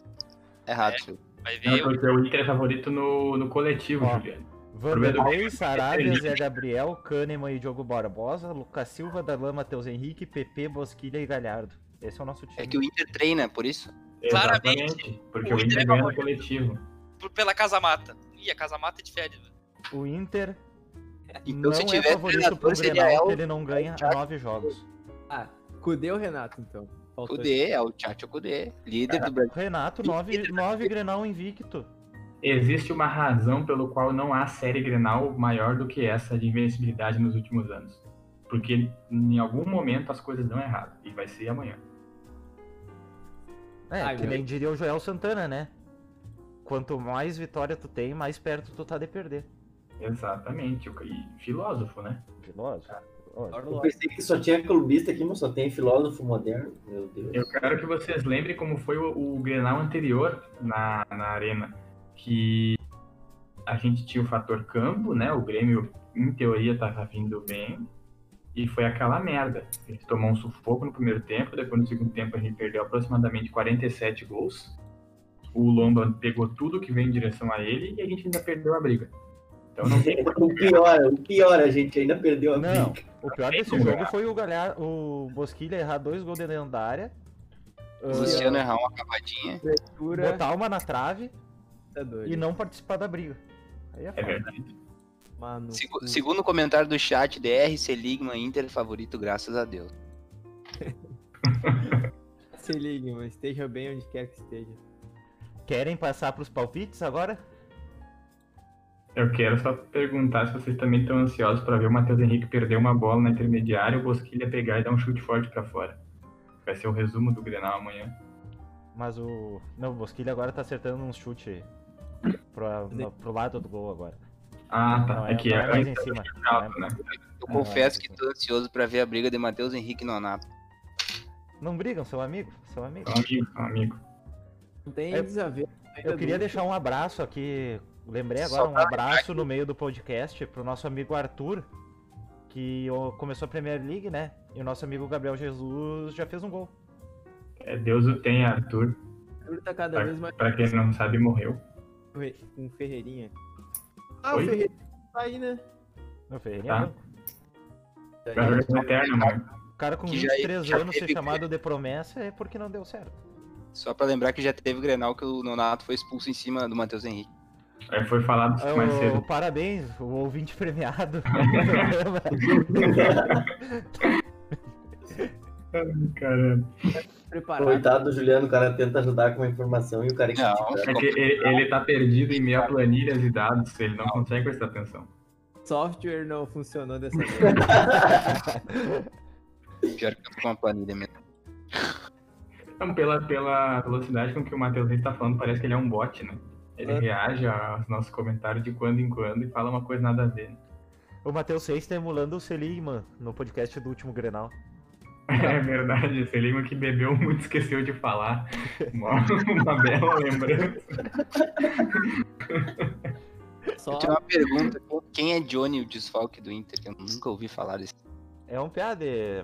F: Errado, filho.
B: Vai ver,
D: Não,
B: eu...
D: porque o Inter é favorito no, no coletivo,
A: Ó.
D: Juliano.
A: Vanderlei,
D: Primeiro-
A: Sarabia, Zé Gabriel, Kahneman e Diogo Barbosa, Lucas Silva, Darlan, Matheus Henrique, PP, Bosquilha e Galhardo. Esse é o nosso time.
F: É que o Inter treina, por isso.
B: Claramente,
D: Exatamente, porque
B: o
D: o
B: Inter é
D: Inter ganha no
B: favorito.
D: coletivo.
B: por- pela Casa Mata. Ih, a Casa Mata é de férias, velho.
A: O Inter
F: Então
A: não
F: se
A: é
F: tiver
A: favorito é pro
F: treinador, seria
A: Grenal,
F: El,
A: ele não ganha há nove jogos.
E: Ah, Cudê ou Renato, então? Faltou
F: Kudê, é o Tchatcho Kudê, líder
D: É.
F: do Brasil.
A: Renato, nove, nove Grenal invicto.
D: Existe uma razão pelo qual não há série Grenal maior do que essa de invencibilidade nos últimos anos. Porque em algum momento as coisas dão errado. E vai ser amanhã.
A: É,
E: Ai,
A: que
E: meu.
A: nem diria o Joel Santana, né? Quanto mais vitória tu tem, mais perto tu tá de perder.
D: Exatamente. E filósofo, né?
A: Filósofo. filósofo.
C: Eu pensei que só tinha clubista aqui, mas só tem filósofo moderno. Meu Deus.
D: Eu quero que vocês lembrem como foi o, o Grenal anterior na, na arena, que a gente tinha o fator campo, né? O Grêmio, em teoria, tava vindo bem, e foi aquela merda. A gente tomou um sufoco no primeiro tempo, depois no segundo tempo a gente perdeu aproximadamente 47 gols. O Lomba pegou tudo que veio em direção a ele e a gente ainda perdeu a briga. Então não tem
C: O pior, o pior, a gente ainda perdeu a
A: Não,
C: briga.
A: o pior desse
D: Tem que
A: jogo
D: jogar.
A: foi o Galhar, o Bosquilha errar dois gols de dentro da área.
F: O
A: ah,
F: Luciano errar uma cavadinha.
E: Leitura
A: botar uma na trave
E: tá doido.
A: e não participar da briga. Aí é
D: É
A: foda.
D: verdade.
E: Mano,
F: Segu- Segundo o comentário do chat, DR, Seligma, Inter favorito, graças a Deus.
E: se ligue, mas esteja bem onde quer que esteja.
A: Querem passar pros palpites agora?
D: Eu quero só perguntar se vocês também estão ansiosos para ver o Matheus Henrique perder uma bola na intermediária, o Bosquilha pegar e dar um chute forte para fora. Vai ser o resumo do Grenal amanhã.
A: Mas o. Não, o Bosquilha agora tá acertando um chute pro, no- pro lado do gol agora.
D: Ah, tá.
A: Não,
D: é que
A: não
D: é
A: mais em
D: antes
A: cima.
D: do
A: não é-
D: Grenal, né?
F: Eu
A: Ah,
F: confesso
A: é,
F: que
A: sim.
F: tô ansioso pra ver a briga de Matheus Henrique e Nonato.
A: Não brigam, são amigos, são amigos.
D: São amigos, são amigos.
E: Não tem
A: É-
E: desaver.
A: Eu queria deixar um abraço aqui. Lembrei agora
F: Só
A: um
F: pra
A: abraço no meio do podcast pro nosso amigo Arthur, que ó, começou a Premier League, né? E o nosso amigo Gabriel Jesus já fez um gol.
D: É, Deus o tenha, Arthur.
E: Arthur tá cada vez mais
D: Para quem não sabe, morreu.
E: com Ferreirinha. Ah,
D: Oi?
E: o Ferreirinha tá aí, né?
A: No Ferreirinha.
D: Tá.
A: branco.
D: Vai jogar com a Eterna, mano.
A: O um cara com
F: Que
D: é-
F: já-
A: 23
F: já
A: anos ser
F: teve-
A: chamado de promessa é porque não deu certo.
F: Só pra lembrar que já teve Grenal que o Nonato foi expulso em cima do Matheus Henrique.
D: É, foi falado
A: Ah,
D: mais
A: o-
D: cedo.
A: Parabéns, o ouvinte premiado.
D: Ai, Caramba.
E: Preparado.
C: Coitado do Juliano, o cara tenta ajudar com uma informação e o cara é
F: Não,
C: criticado.
D: É que ele, ele tá perdido em meia planilhas e dados, ele não consegue prestar atenção.
E: Software não funcionou dessa vez.
F: Pior que eu tô com uma planilha mesmo.
D: Então, pela, pela velocidade com que o Matheus Henrique tá falando, parece que ele é um bot, né? Ele
E: É.
D: reage aos nossos comentários de quando em quando e fala uma coisa nada a ver.
A: o Matheus Seis tá emulando o Seligman no podcast do último Grenal.
D: É verdade, esse Lima que bebeu muito esqueceu de falar. Uma, uma bela lembrança.
E: Só
F: Eu
A: Ah.
F: tinha uma pergunta: quem é Johnny, o desfalque do Inter? Que eu nunca ouvi falar desse.
A: É um PA de,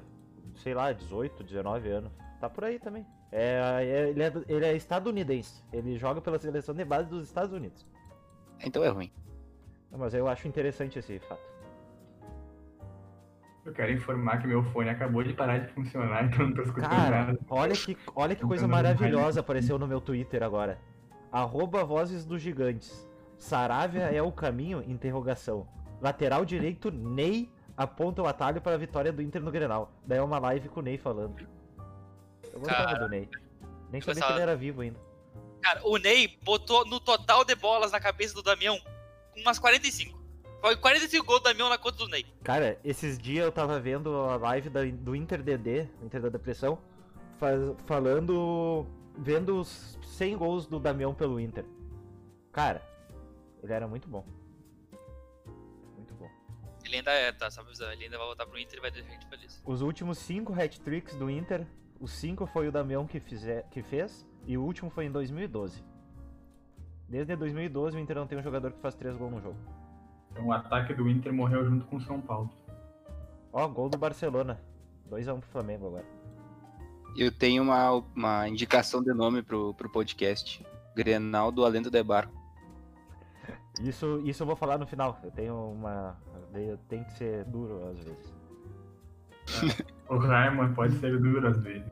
A: sei lá, 18, 19 anos. Tá por aí também. É, é- ele, é, ele é estadunidense. Ele joga pela seleção de base dos Estados Unidos.
F: Então é ruim.
A: Mas eu acho interessante esse fato.
D: Eu quero informar que meu fone acabou de parar de funcionar, então não tô escutando
A: Cara,
D: nada.
A: olha que, olha que coisa maravilhosa apareceu no meu Twitter agora. Arroba Vozes dos Gigantes. Saravia é o caminho? Interrogação. Lateral direito, Ney aponta o atalho para a vitória do Inter no Grenal. Daí é uma live com o Ney falando. Eu gostava
B: Cara,
A: do Ney. Nem sabia que
B: gostava.
A: ele era vivo ainda.
B: Cara, o Ney botou no total de bolas na cabeça do Damião umas 45. Foi 45 gols do Damião na conta do Ney.
A: Cara, esses dias eu tava vendo a live da- do InterDD, do Inter da Depressão, faz- falando. vendo os 100 gols do Damião pelo Inter. Cara, ele era muito bom. Muito bom.
B: Ele ainda é, tá, só avisando, ele ainda vai voltar pro Inter e vai deixar a gente feliz.
A: Os últimos 5 hat-tricks do Inter, os 5 foi o Damião que, fize- que fez, e o último foi em 2012. Desde 2012 o Inter não tem um jogador que faz 3 gols no jogo.
D: Então, o ataque do Inter morreu junto com o São Paulo.
A: Ó, gol do Barcelona. 2x1 pro Flamengo agora.
F: Eu tenho uma, uma indicação de nome pro, pro podcast: Grenal do Alento de Barco.
A: Isso, isso eu vou falar no final. Eu tenho uma. Eu tenho que ser duro às vezes.
D: O Raimon pode ser duro às vezes.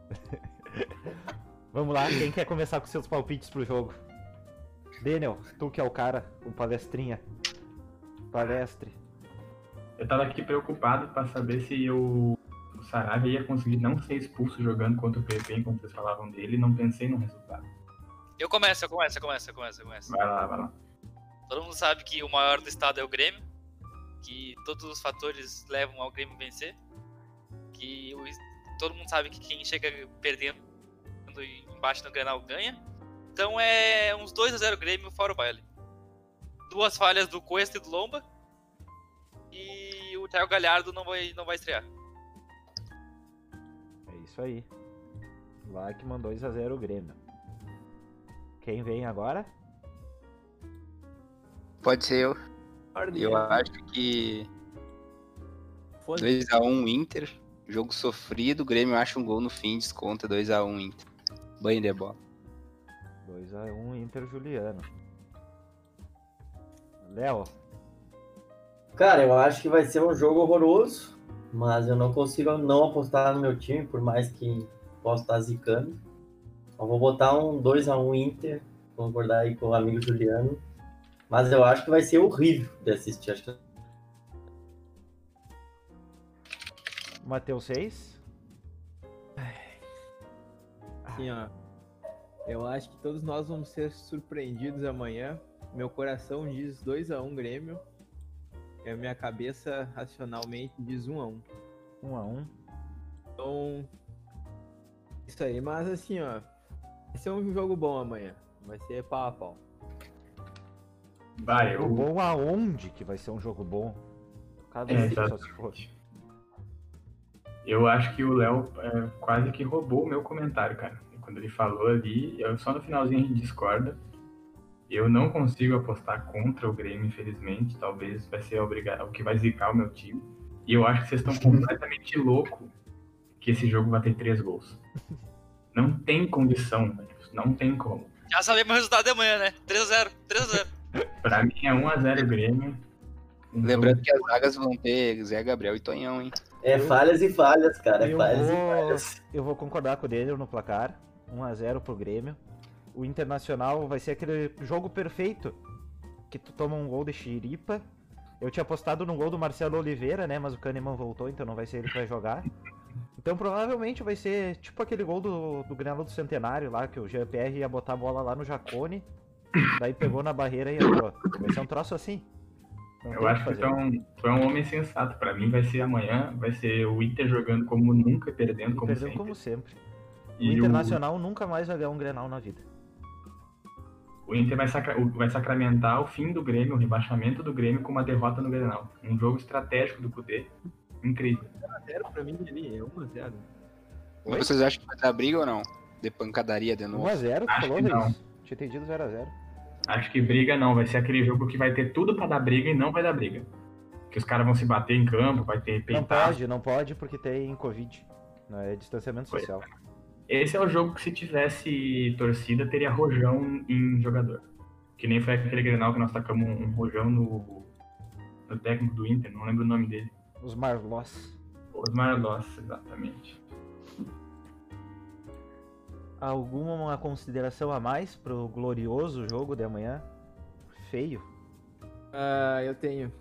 A: Vamos lá, quem quer começar com seus palpites pro jogo? Daniel, tu que é o cara, o palestrinha. Palestre.
D: Eu tava aqui preocupado pra saber se o, o Saravia ia conseguir não ser expulso jogando contra o PP, enquanto vocês falavam dele, e não pensei no resultado.
B: Eu começo, eu começo, eu começo, eu começo, eu começo.
D: Vai lá, vai lá.
B: Todo mundo sabe que o maior do estado é o Grêmio, que todos os fatores levam ao Grêmio vencer. que o- todo mundo sabe que quem chega perdendo e embaixo no Granal ganha. Então é uns 2x0 Grêmio fora o baile. Duas falhas do Cuesta e do Lomba. E o Thiago Galhardo não vai, não vai estrear.
A: É isso aí. Lá que mandou 2x0 o Grêmio. Quem vem agora?
F: Pode ser eu.
E: Ordem.
F: Eu acho que
E: Foda-se.
F: 2x1 Inter. Jogo sofrido, o Grêmio acha um gol no fim, desconta 2x1 Inter. Banho de bola.
A: 2x1 Inter Juliano. Léo,
C: Cara, eu acho que vai ser um jogo horroroso, mas eu não consigo não apostar no meu time, por mais que possa estar zicando. Eu vou botar um 2x1 Inter, concordar aí com o amigo Juliano. Mas eu acho que vai ser horrível de assistir. Acho que
A: Matheus 6.
E: Assim, ó. Eu acho que todos nós vamos ser surpreendidos amanhã. Meu coração diz 2x1 Grêmio. E a minha cabeça, racionalmente, diz 1x1.
A: 1x1.
E: Então. Isso aí, mas assim, ó. Vai ser um jogo bom amanhã. Vai ser pau a pau.
D: Vai, eu.
A: Bom aonde que vai ser um jogo bom? Cada
D: É,
A: um só
D: exato.
A: se for.
D: Eu acho que o Léo é, quase que roubou o meu comentário, cara. Quando ele falou ali, eu- só no finalzinho a gente discorda. Eu não consigo apostar contra o Grêmio, infelizmente. Talvez vai ser obriga- o que vai zicar o meu time. E eu acho que vocês estão completamente louco que esse jogo vai ter três gols. Não tem condição, velho. Não tem como.
B: Já sabemos o resultado de amanhã, né? 3x0, 3x0.
D: Pra mim é 1x0 Grêmio. Um
F: Lembrando
D: jogo-
F: que as zagas vão ter Zé Gabriel e Tonhão, hein?
C: é falhas e falhas,
E: Tá
C: cara. É
A: Eu
C: falhas e
A: vou-
C: falhas.
A: Eu vou concordar com o Daniel no placar. 1x0 pro Grêmio. O Internacional vai ser aquele jogo perfeito que tu toma um gol de xiripa. Eu tinha apostado no gol do Marcelo Oliveira, né? Mas o Kahneman voltou, então não vai ser ele que vai jogar. Então provavelmente vai ser tipo aquele gol do, do Granado do Centenário lá, que o GPR ia botar a bola lá no Jacone, daí pegou na barreira e entrou. Vai ser um troço assim. Não tem o
D: Eu acho que tu é, um, tu é um homem sensato. Pra mim vai ser amanhã, vai ser o Inter jogando como nunca, perdendo
A: E
D: um como
A: perdeu
D: sempre.
A: como sempre. O
D: E o,
A: Internacional nunca mais vai ganhar um Grenal na vida.
D: o Inter vai, sacra- o- vai sacramentar o fim do Grêmio, o rebaixamento do Grêmio com uma derrota no Grenal. Um jogo estratégico do Cudê. Incrível.
E: 0 um pra mim ali, é 1x0.
A: Oi?
F: Vocês acham que vai dar briga ou não? De pancadaria de novo.
A: 1x0, tu
D: Acho
A: falou,
D: que não.
A: Luiz? Tinha entendido 0x0.
D: Acho que briga não, vai ser aquele jogo que vai ter tudo pra dar briga e não vai dar briga. Que os caras vão se bater em campo, vai ter
A: Não
D: peitado.
A: pode, não pode porque tem Covid. né, É distanciamento
D: Pois.
A: social.
D: Esse é o jogo que se tivesse torcida teria rojão em jogador. Que nem foi aquele Grenal que nós tacamos um um rojão no, no técnico do Inter, não lembro o nome dele.
A: Os Marlós.
D: Osmar Loss, exatamente.
A: Alguma consideração a mais pro glorioso jogo de amanhã? Feio.
E: Ah, eu tenho.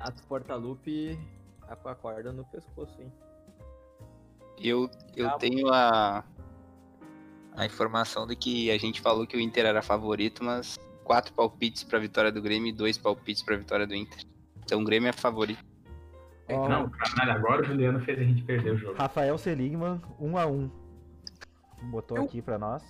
E: Ato Portalupe tá com a corda no pescoço, hein?
F: Eu, eu
E: Tá bom.
F: tenho a, a informação de que a gente falou que o Inter era favorito, mas quatro palpites pra vitória do Grêmio e dois palpites pra vitória do Inter. Então o Grêmio é favorito.
E: É
A: Ó,
D: Não, caralho, agora o Juliano fez a gente perder o jogo.
A: Rafael Seligman, 1x1. Botou aqui pra nós.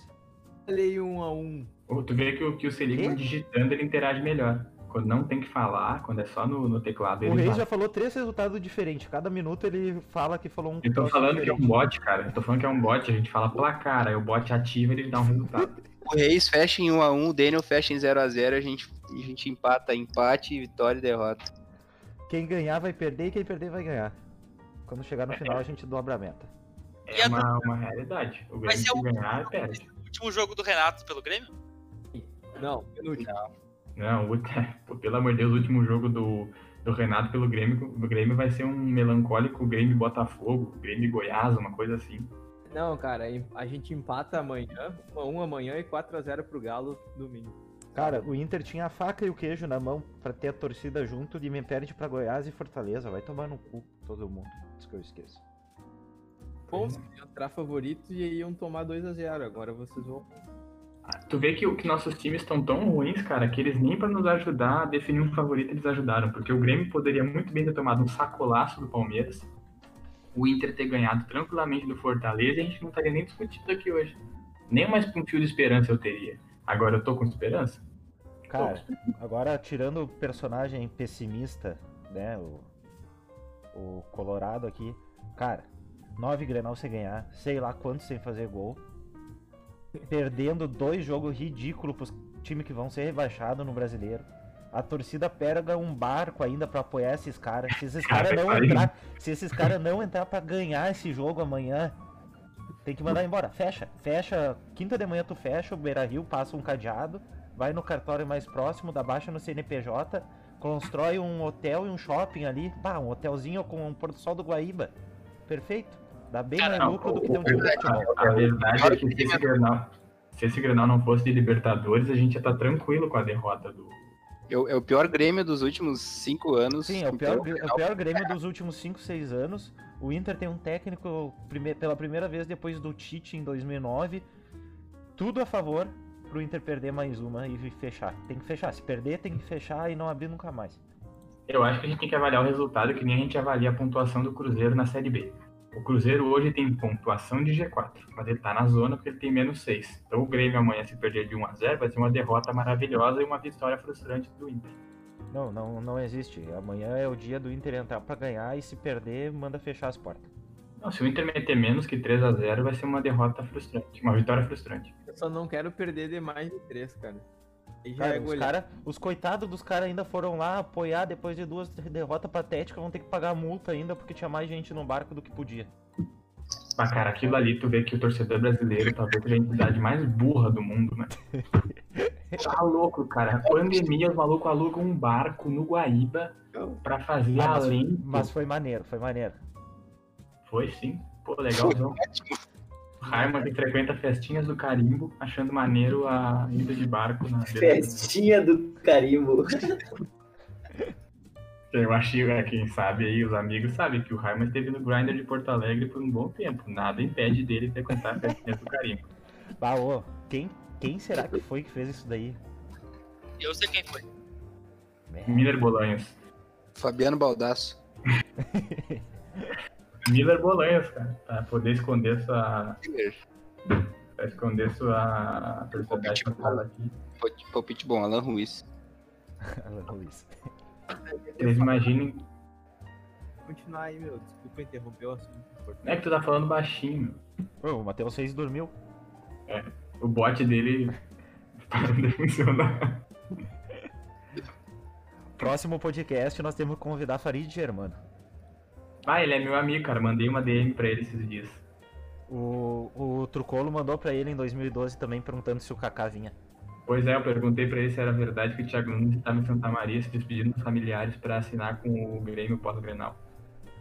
E: Falei 1x1.
D: Ou Tu vê que, o- que o Seligman
A: Quê?
D: digitando ele interage melhor. Quando não tem que falar, quando é só no, no teclado,
A: O
D: ele
A: Reis é um
D: vai.
A: já falou três resultados diferentes. Cada minuto ele fala que falou um.
D: Eu tô
A: troço
D: falando que é um
A: diferente.
D: bot, cara. Eu tô falando que é um bot, a gente fala placar, aí o bot ativa e ele dá um resultado.
F: O Reis fecha em 1x1, o Daniel fecha em 0x0, a, gente, a gente empata empate, vitória e derrota.
A: Quem ganhar vai perder e quem perder vai ganhar. Quando chegar no final a gente dobra a meta.
B: E
D: É
B: a é
D: uma, uma realidade. O Grêmio
B: ser
D: se
B: o-
D: ganhar, perde.
B: Último jogo do Renato pelo Grêmio?
E: Não, penúltimo.
D: Não, o- pô, pelo amor de Deus, o último jogo do, do Renato pelo Grêmio, o Grêmio vai ser um melancólico Grêmio e Botafogo, Grêmio e Goiás, uma coisa assim.
E: Não, cara, em- a gente empata amanhã, 1x1 amanhã e 4x0 pro Galo domingo.
A: Cara, o Inter tinha a faca e o queijo na mão pra ter a torcida junto e me perde pra Goiás e Fortaleza. Vai tomar no cu todo mundo. Isso que eu esqueço.
E: Bom, iam entrar favoritos e aí iam tomar 2x0. Agora vocês vão.
D: Ah, Tu vê que, o- que nossos times estão tão ruins, cara, que eles nem pra nos ajudar a definir um favorito eles ajudaram, porque o Grêmio poderia muito bem ter tomado um sacolaço do Palmeiras, o Inter ter ganhado tranquilamente do Fortaleza, a gente não estaria nem discutindo aqui hoje. Nem mais um fio de esperança eu teria. Agora eu tô com esperança?
A: Cara, agora tirando o personagem pessimista, né? O, o Colorado aqui. Cara, nove Grenal sem ganhar, sei lá quantos sem fazer gol. Perdendo dois jogos ridículos pros times que vão ser rebaixados no brasileiro. A torcida pega um barco ainda pra apoiar esses caras. Se esses caras
D: Cara,
A: não
D: aí-
A: entrar, se esses cara não entrar para ganhar esse jogo amanhã, tem que mandar embora. Fecha, fecha. Quinta de manhã tu fecha o Beira Rio, passa um cadeado, vai no cartório mais próximo, dá baixa no CNPJ, constrói um hotel e um shopping ali. Bah, um hotelzinho com um Porto Sol do Guaíba. Perfeito. Dá bem mais
B: Cara,
A: lucro do que ter um time de futebol.
D: A, a verdade é que se esse, Grenal, se esse Grenal não fosse de Libertadores, a gente ia estar tranquilo com a derrota do.
F: Eu- é o pior Grêmio dos últimos cinco anos.
A: Sim, é o
F: então,
A: pior, é o pior Grêmio dos últimos 5, 6 anos. O Inter tem um técnico prime- pela primeira vez depois do Tite em 2009. Tudo a favor pro Inter perder mais uma e fechar. Tem que fechar. Se perder, tem que fechar e não abrir nunca mais.
D: Eu acho que a gente tem que avaliar o resultado que nem a gente avalia a pontuação do Cruzeiro na Série B. O Cruzeiro hoje tem pontuação de G4, mas ele tá na zona porque ele tem menos 6. Então o Grêmio amanhã, se perder de 1 a 0 vai ser uma derrota maravilhosa e uma vitória frustrante do Inter.
A: Não, não, não existe. Amanhã é o dia do Inter entrar pra ganhar e se perder, manda fechar as portas.
D: Não, se o Inter meter menos que 3 a 0 vai ser uma derrota frustrante, uma vitória frustrante.
E: Eu só não quero perder de mais de três, cara. Aí já
A: Cara,
E: é
A: os,
E: goleiro.
A: cara, os coitados dos caras ainda foram lá apoiar depois de duas derrotas patéticas, vão ter que pagar multa ainda porque tinha mais gente no barco do que podia.
D: Mas, cara, aquilo ali, tu vê que o torcedor brasileiro talvez seja a entidade mais burra do mundo, né? Tá louco, cara. Pandemia, os malucos alugam um barco no Guaíba pra fazer
A: Ah, mas-
D: além.
A: Mas foi maneiro, foi maneiro.
D: Foi sim. Pô, legalzão. O Raiman
A: é.
D: que frequenta festinhas do carimbo, achando maneiro a ida de barco na beira do-
C: Festinha do carimbo.
D: Eu achei, é, quem sabe aí, os amigos sabem que o Raiman esteve no Grindr de Porto Alegre por um bom tempo. Nada impede dele frequentar festinhas do carimbo.
A: Bah, ô, quem, quem será que foi que fez isso daí?
B: Eu sei quem foi.
D: Miller Bolanhos.
F: Fabiano Baldasso.
D: Miller Bolanhos, cara. Pra poder esconder sua.
F: Miller.
D: Pra esconder sua personalidade
F: Tipo,
D: fala aqui.
F: Pal- Palpite bom, Alan Ruiz.
A: Alan Ruiz.
D: Vocês imaginem.
E: Continuar aí, meu. Desculpa interromper o assunto.
D: Não é que tu tá falando baixinho.
A: Ô, o Matheus Reis dormiu.
D: O bot dele tá parou de funcionar.
A: Próximo podcast nós temos que convidar Farid Germano.
D: Ah, ele é meu amigo, cara. Mandei uma DM pra ele esses dias.
A: O, o Trucolo mandou pra ele em 2012 também perguntando se o Kaká vinha.
D: Pois é, eu perguntei pra ele se era verdade que o Thiago Nunes estava em Santa Maria se despedindo dos familiares pra assinar com o Grêmio pós-Grenal.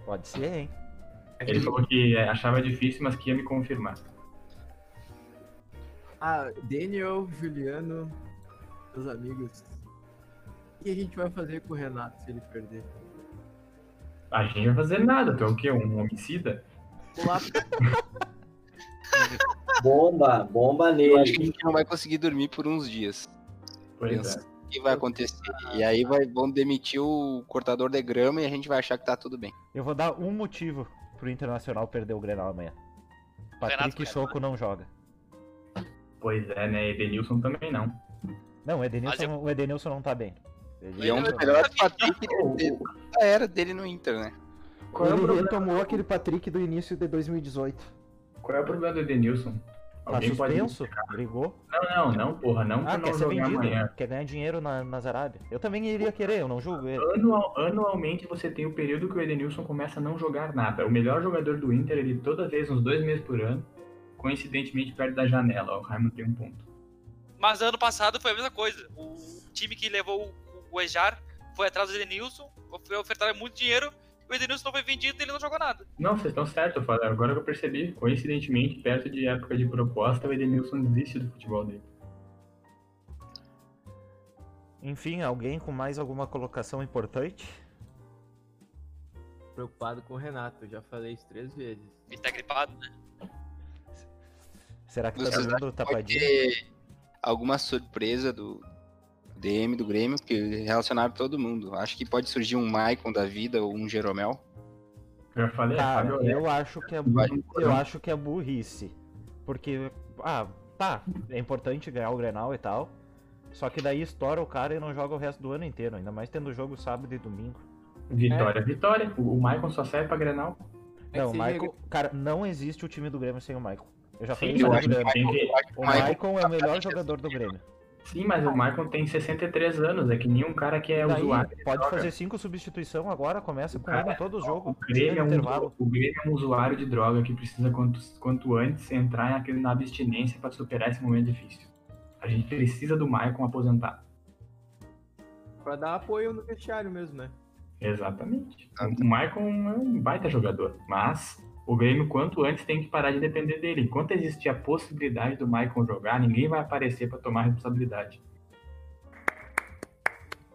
A: Pode ser, hein?
D: Ele falou que é, achava difícil, mas que ia me confirmar.
E: Ah, Daniel, Juliano, meus amigos. O que a gente vai fazer com o Renato se ele perder?
D: A gente não vai fazer nada, tu é o quê? Um homicida?
E: Pular
C: Bomba, bomba
F: Eu
C: nele.
F: acho que a gente não vai conseguir dormir por uns dias.
D: Pois é.
F: Pensa o que vai acontecer. E aí vai- vão demitir o cortador de grama e a gente vai achar que tá tudo bem.
A: Eu vou dar um motivo pro Internacional perder o Grenal amanhã. Patrick
B: Renato né?
A: Choco não joga.
D: Pois é, né? Edenilson também não.
A: Não, o
B: Mas
A: Edenilson,
B: eu-
A: o Edenilson não tá bem.
F: E é um dos
A: Edenilson-
F: melhores Patrick de- da era dele no Inter, né?
D: Qual é o
G: ele
D: problema,
G: retomou aquele Patrick do início de 2018.
D: qual é o problema do Edenilson?
A: Tá
D: Alguém pode.
A: suspenso? Brigou?
D: Não, não, não, porra, não
A: Ah,
D: por
A: quer
D: não
A: ser
D: jogar
A: vendido.
D: amanhã.
A: Quer ganhar dinheiro na, na Arábia. Eu também iria querer, eu não julgo ele.
D: Anual- anualmente você tem o período que o Edenilson começa a não jogar nada. O melhor jogador do Inter, ele toda vez, uns dois meses por ano, coincidentemente perto da janela. Ó, O Raimundo tem um ponto.
B: Mas ano passado foi a mesma coisa. O time que levou o- o Ejar foi atrás do Edenilson, ofe- ofertaram muito dinheiro, e o Edenilson não foi vendido e ele não jogou nada.
D: Não, vocês estão certo, eu falei. Agora que eu percebi, coincidentemente, perto de época de proposta, o Edenilson desiste do futebol dele.
A: Enfim, alguém com mais alguma colocação importante?
E: preocupado com o Renato, eu já falei isso três vezes.
B: Ele tá gripado, né?
A: Será que tá
F: Vocês
A: vendo
F: Pode
A: tapadinho?
F: ter alguma surpresa do DM do Grêmio, que relacionar todo mundo. Acho que pode surgir um Maicon da vida ou um Jeromel.
D: Eu falei,
A: Cara,
D: Fábio né? Aurélio.
A: Tá, eu acho que é
F: Vai.
A: eu acho que é burrice. Porque ah, tá, é importante ganhar o Grenal e tal. Só que daí estoura o cara e não joga o resto do ano inteiro, ainda mais tendo jogo sábado e domingo.
D: Vitória, vitória. O, o Maicon só serve pra Grenal.
E: É
A: não,
E: que
A: o
E: seja-
A: Michael, cara, não existe o time do Grêmio sem o Michael. Eu já falei
D: Sim,
A: isso
D: eu
A: no
D: acho que
A: Grêmio.
D: tem que.
A: O
F: Michael-
A: Michael é o melhor jogador do Grêmio.
D: Sim, mas o Maicon tem 63 anos, é que nenhum cara que é
A: Daí,
D: usuário. ele
A: pode
D: joga.
A: fazer cinco substituição agora, começa
D: O
A: com
D: cara-
A: uma em todo o jogo.
D: O Grêmio, é
A: no intervalo.
D: um, o Grêmio é um usuário de droga que precisa, quanto, quanto antes, entrar naquele- na abstinência para superar esse momento difícil. A gente precisa do Maicon aposentado.
E: Pra dar apoio no vestiário mesmo, né?
D: Exatamente.
A: Ah, tá.
D: O Maicon é um baita jogador, mas o Grêmio, quanto antes, tem que parar de depender dele. Enquanto existir a possibilidade do Maicon jogar, ninguém vai aparecer para tomar responsabilidade.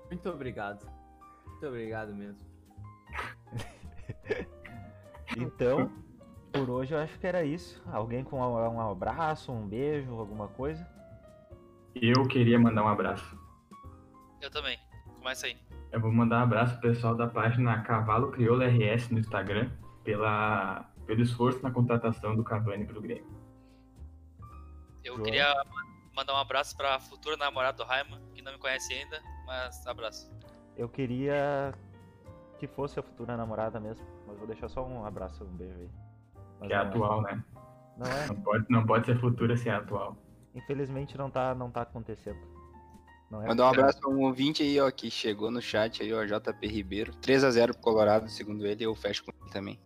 E: Muito obrigado. Muito obrigado mesmo.
A: Então, por hoje eu acho que era isso. Alguém com um um abraço, um beijo, alguma coisa.
D: Eu queria mandar um abraço.
B: Eu também. Começa aí.
D: Eu vou mandar um abraço pro pessoal da página Cavalo Crioulo RS no Instagram pela, pelo esforço na contratação do Cavani pro Grêmio.
B: Eu
A: João.
B: queria mandar um abraço pra futura namorada do Raiman, que não me conhece ainda, mas abraço.
A: Eu queria que fosse a futura namorada mesmo, mas vou deixar só um abraço, um beijo aí. Mas
D: Que é
A: não
D: atual, né?
A: Não é?
D: Não pode, não pode ser futura se é atual.
A: Infelizmente não tá, não tá acontecendo. Não é?
F: Mandar um abraço pra um ouvinte aí, ó, que chegou no chat aí, ó, JP Ribeiro. 3x0 pro Colorado, segundo ele, eu fecho com ele também.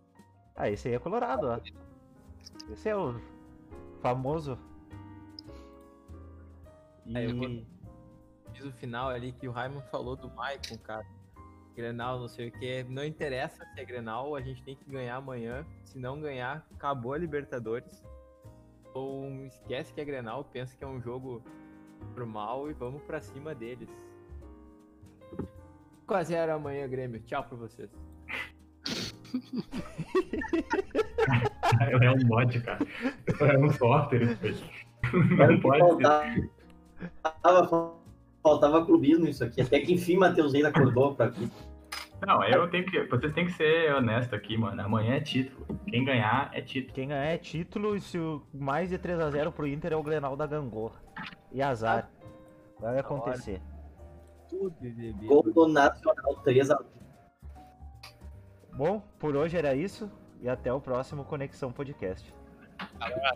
A: Ah, esse aí é colorado, ó. Esse é o famoso. E...
E: É, eu vou- Diz o final ali que o Raimond falou do Maicon, cara. Grenal, não sei o que. Não interessa se é Grenal, a gente tem que ganhar amanhã. Se não ganhar, acabou a Libertadores. Ou esquece que é Grenal, pensa que é um jogo normal e vamos pra cima deles. 5x0 amanhã, Grêmio. Tchau pra vocês.
D: É um bot, cara. É um software. isso aí. Não
C: Era o que
D: pode ser.
C: faltava, faltava clubismo isso aqui. Até que enfim Matheus Reis acordou pra aqui.
D: Não, eu tenho que. Vocês têm que ser honestos aqui, mano. Amanhã é título. Quem ganhar é título.
A: Quem ganhar é título e se o mais de 3x0 pro Inter é o Grenal da Gangorra. E azar. Vai acontecer.
E: Tudo, bebê.
C: Gol do Nacional 3 a
A: Bom, por hoje era isso e até o próximo Conexão Podcast.
B: Abraço.